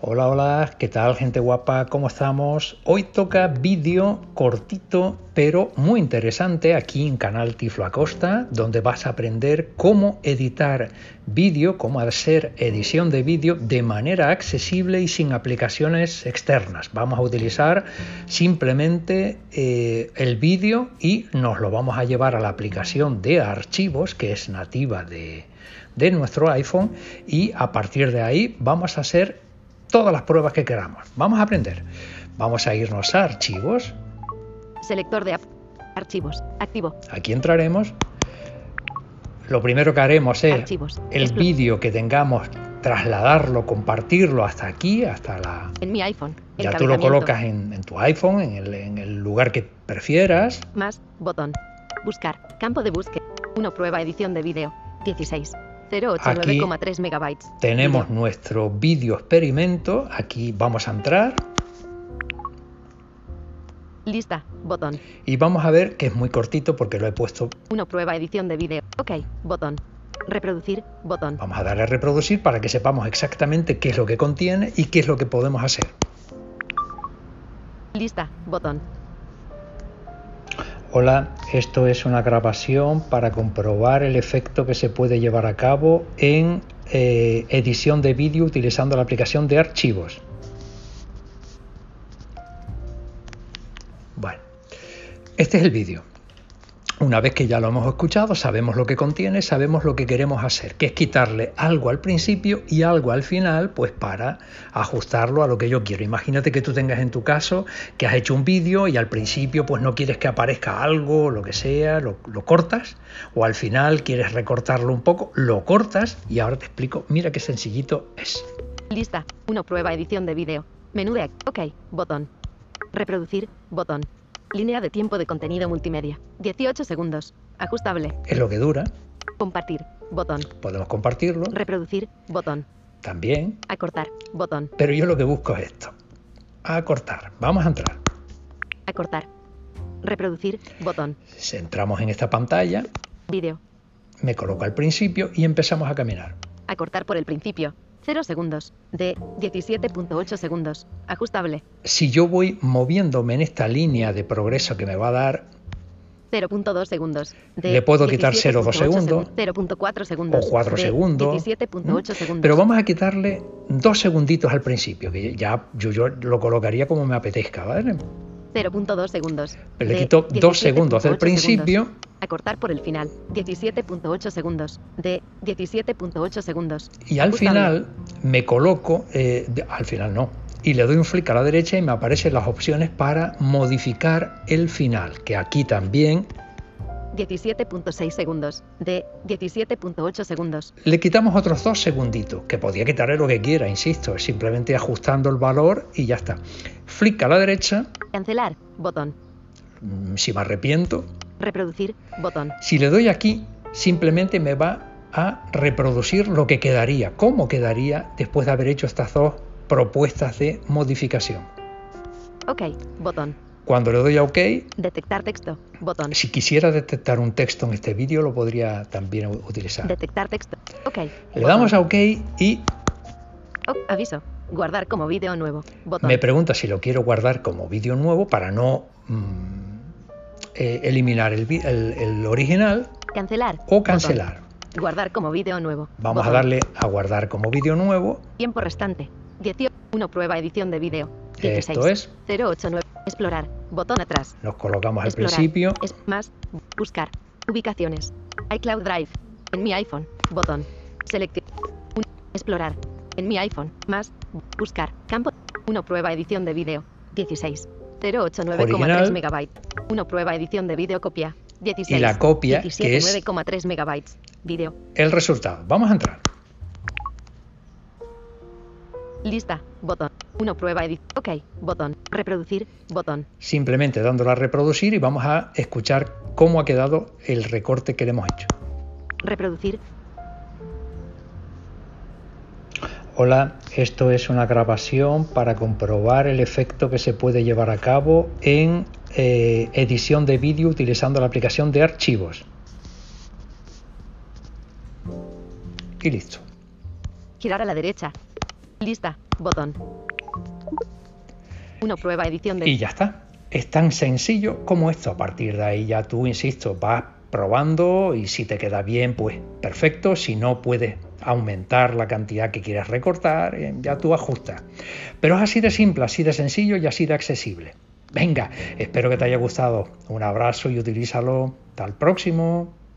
Hola, hola, ¿qué tal gente guapa? ¿Cómo estamos? Hoy toca vídeo cortito pero muy interesante aquí en Canal Tiflo Acosta, donde vas a aprender cómo editar vídeo, cómo hacer edición de vídeo de manera accesible y sin aplicaciones externas. Vamos a utilizar simplemente eh, el vídeo y nos lo vamos a llevar a la aplicación de archivos que es nativa de, de nuestro iPhone y a partir de ahí vamos a hacer todas las pruebas que queramos. Vamos a aprender. Vamos a irnos a archivos. Selector de archivos. Activo. Aquí entraremos. Lo primero que haremos es Archivos. el Explo- vídeo que tengamos, trasladarlo, compartirlo hasta aquí, hasta la... En mi iPhone. Ya tú lo Encabezamiento. colocas ¿eh? en, en tu iPhone, en el, en el lugar que prefieras. Más. Botón. Buscar. Campo de búsqueda. 1. Prueba edición de vídeo. 16. Aquí 089,3 megabytes. Tenemos Vídeo. nuestro vídeo experimento. Aquí vamos a entrar Lista. Botón. y vamos a ver que es muy cortito porque lo he puesto 1. Prueba edición de vídeo. Ok. Botón. Reproducir. Botón. Vamos a darle a reproducir para que sepamos exactamente qué es lo que contiene y qué es lo que podemos hacer. Lista. Botón. Hola, esto es una grabación para comprobar el efecto que se puede llevar a cabo en eh, edición de vídeo utilizando la aplicación de archivos. Bueno, este es el vídeo. Una vez que ya lo hemos escuchado, sabemos lo que contiene, sabemos lo que queremos hacer, que es quitarle algo al principio y algo al final, pues para ajustarlo a lo que yo quiero. Imagínate que tú tengas en tu caso que has hecho un vídeo y al principio pues no quieres que aparezca algo, lo que sea, lo, lo cortas, o al final quieres recortarlo un poco, lo cortas y ahora te explico, mira qué sencillito es. Lista. 1. Prueba edición de vídeo. Menú de ac- Ok. Botón. Reproducir. Botón. Línea de tiempo de contenido multimedia. 18 segundos. Ajustable. Es lo que dura, Compartir. Botón. podemos compartirlo Reproducir. Botón. también, Acortar. Botón. pero yo lo que busco es esto, a cortar, vamos a entrar. Acortar. Reproducir. Botón. Si Entramos en esta pantalla, Vídeo. me coloco al principio y empezamos a caminar. Acortar por el principio. 0 segundos. De 17.8 segundos. Ajustable. Si yo voy moviéndome en esta línea de progreso que me va a dar, 0.2 segundos. De Le puedo quitar 0,2 segundos. 0.4 segundos. O cuatro de segundos. 17.8 segundos. pero vamos a quitarle dos segunditos al principio, que ya yo, yo lo colocaría como me apetezca, ¿vale? 0.2 segundos. Le de quito dos segundos del 17.8 principio. segundos. Acortar por el final. 17.8 segundos. De 17.8 segundos. Y al Ajustable. final me coloco, eh, de- al final no, y le doy un flick a la derecha y me aparecen las opciones para modificar el final, que aquí también 17.6 segundos. De 17.8 segundos. Le quitamos otros dos segunditos, que podía quitarle lo que quiera, insisto, es simplemente ajustando el valor y ya está. Flick a la derecha, Cancelar. Botón. mm, si me arrepiento. Reproducir. Botón. Si le doy aquí, simplemente me va a reproducir lo que quedaría, cómo quedaría después de haber hecho estas dos propuestas de modificación. Ok. Botón. Cuando le doy a OK, Detectar texto. Botón. si quisiera detectar un texto en este vídeo, lo podría también u- utilizar. Detectar texto. Ok. Le Botón. damos a OK y Oh, aviso. Guardar como vídeo nuevo. Botón. Me pregunta si lo quiero guardar como vídeo nuevo para no mm, eh, eliminar el, vi- el- el original Cancelar. o Botón. cancelar. Guardar como vídeo nuevo. Vamos a Botón. darle a guardar como vídeo nuevo. Tiempo restante. 18. 1 prueba edición de vídeo. 16. Esto es, 089. Explorar. Botón atrás. nos colocamos al Explorar. principio. Es más. Buscar. Ubicaciones. iCloud Drive. En mi iPhone. Botón. Seleccionar. Explorar. En mi iPhone. Más. Buscar. Campo. 1 prueba edición de vídeo. 16. 089,3 Original. megabytes. 1 prueba edición de vídeo copia. 16. Y la copia, que 17, es- 9,3 megabytes. Vídeo. El resultado. Vamos a entrar. Lista. Botón. 1 prueba edit. Ok. Botón. Reproducir. Botón. Simplemente dándole a reproducir y vamos a escuchar cómo ha quedado el recorte que le hemos hecho. Reproducir. Hola, esto es una grabación para comprobar el efecto que se puede llevar a cabo en eh, edición de vídeo utilizando la aplicación de archivos. Y listo. Girar a la derecha. Lista. Botón. Una prueba edición de... Y ya está. Es tan sencillo como esto. A partir de ahí ya tú, insisto, vas probando y si te queda bien, pues perfecto. Si no, puedes aumentar la cantidad que quieras recortar, eh, ya tú ajustas. Pero es así de simple, así de sencillo y así de accesible. Venga, espero que te haya gustado. Un abrazo y utilízalo. Hasta el próximo.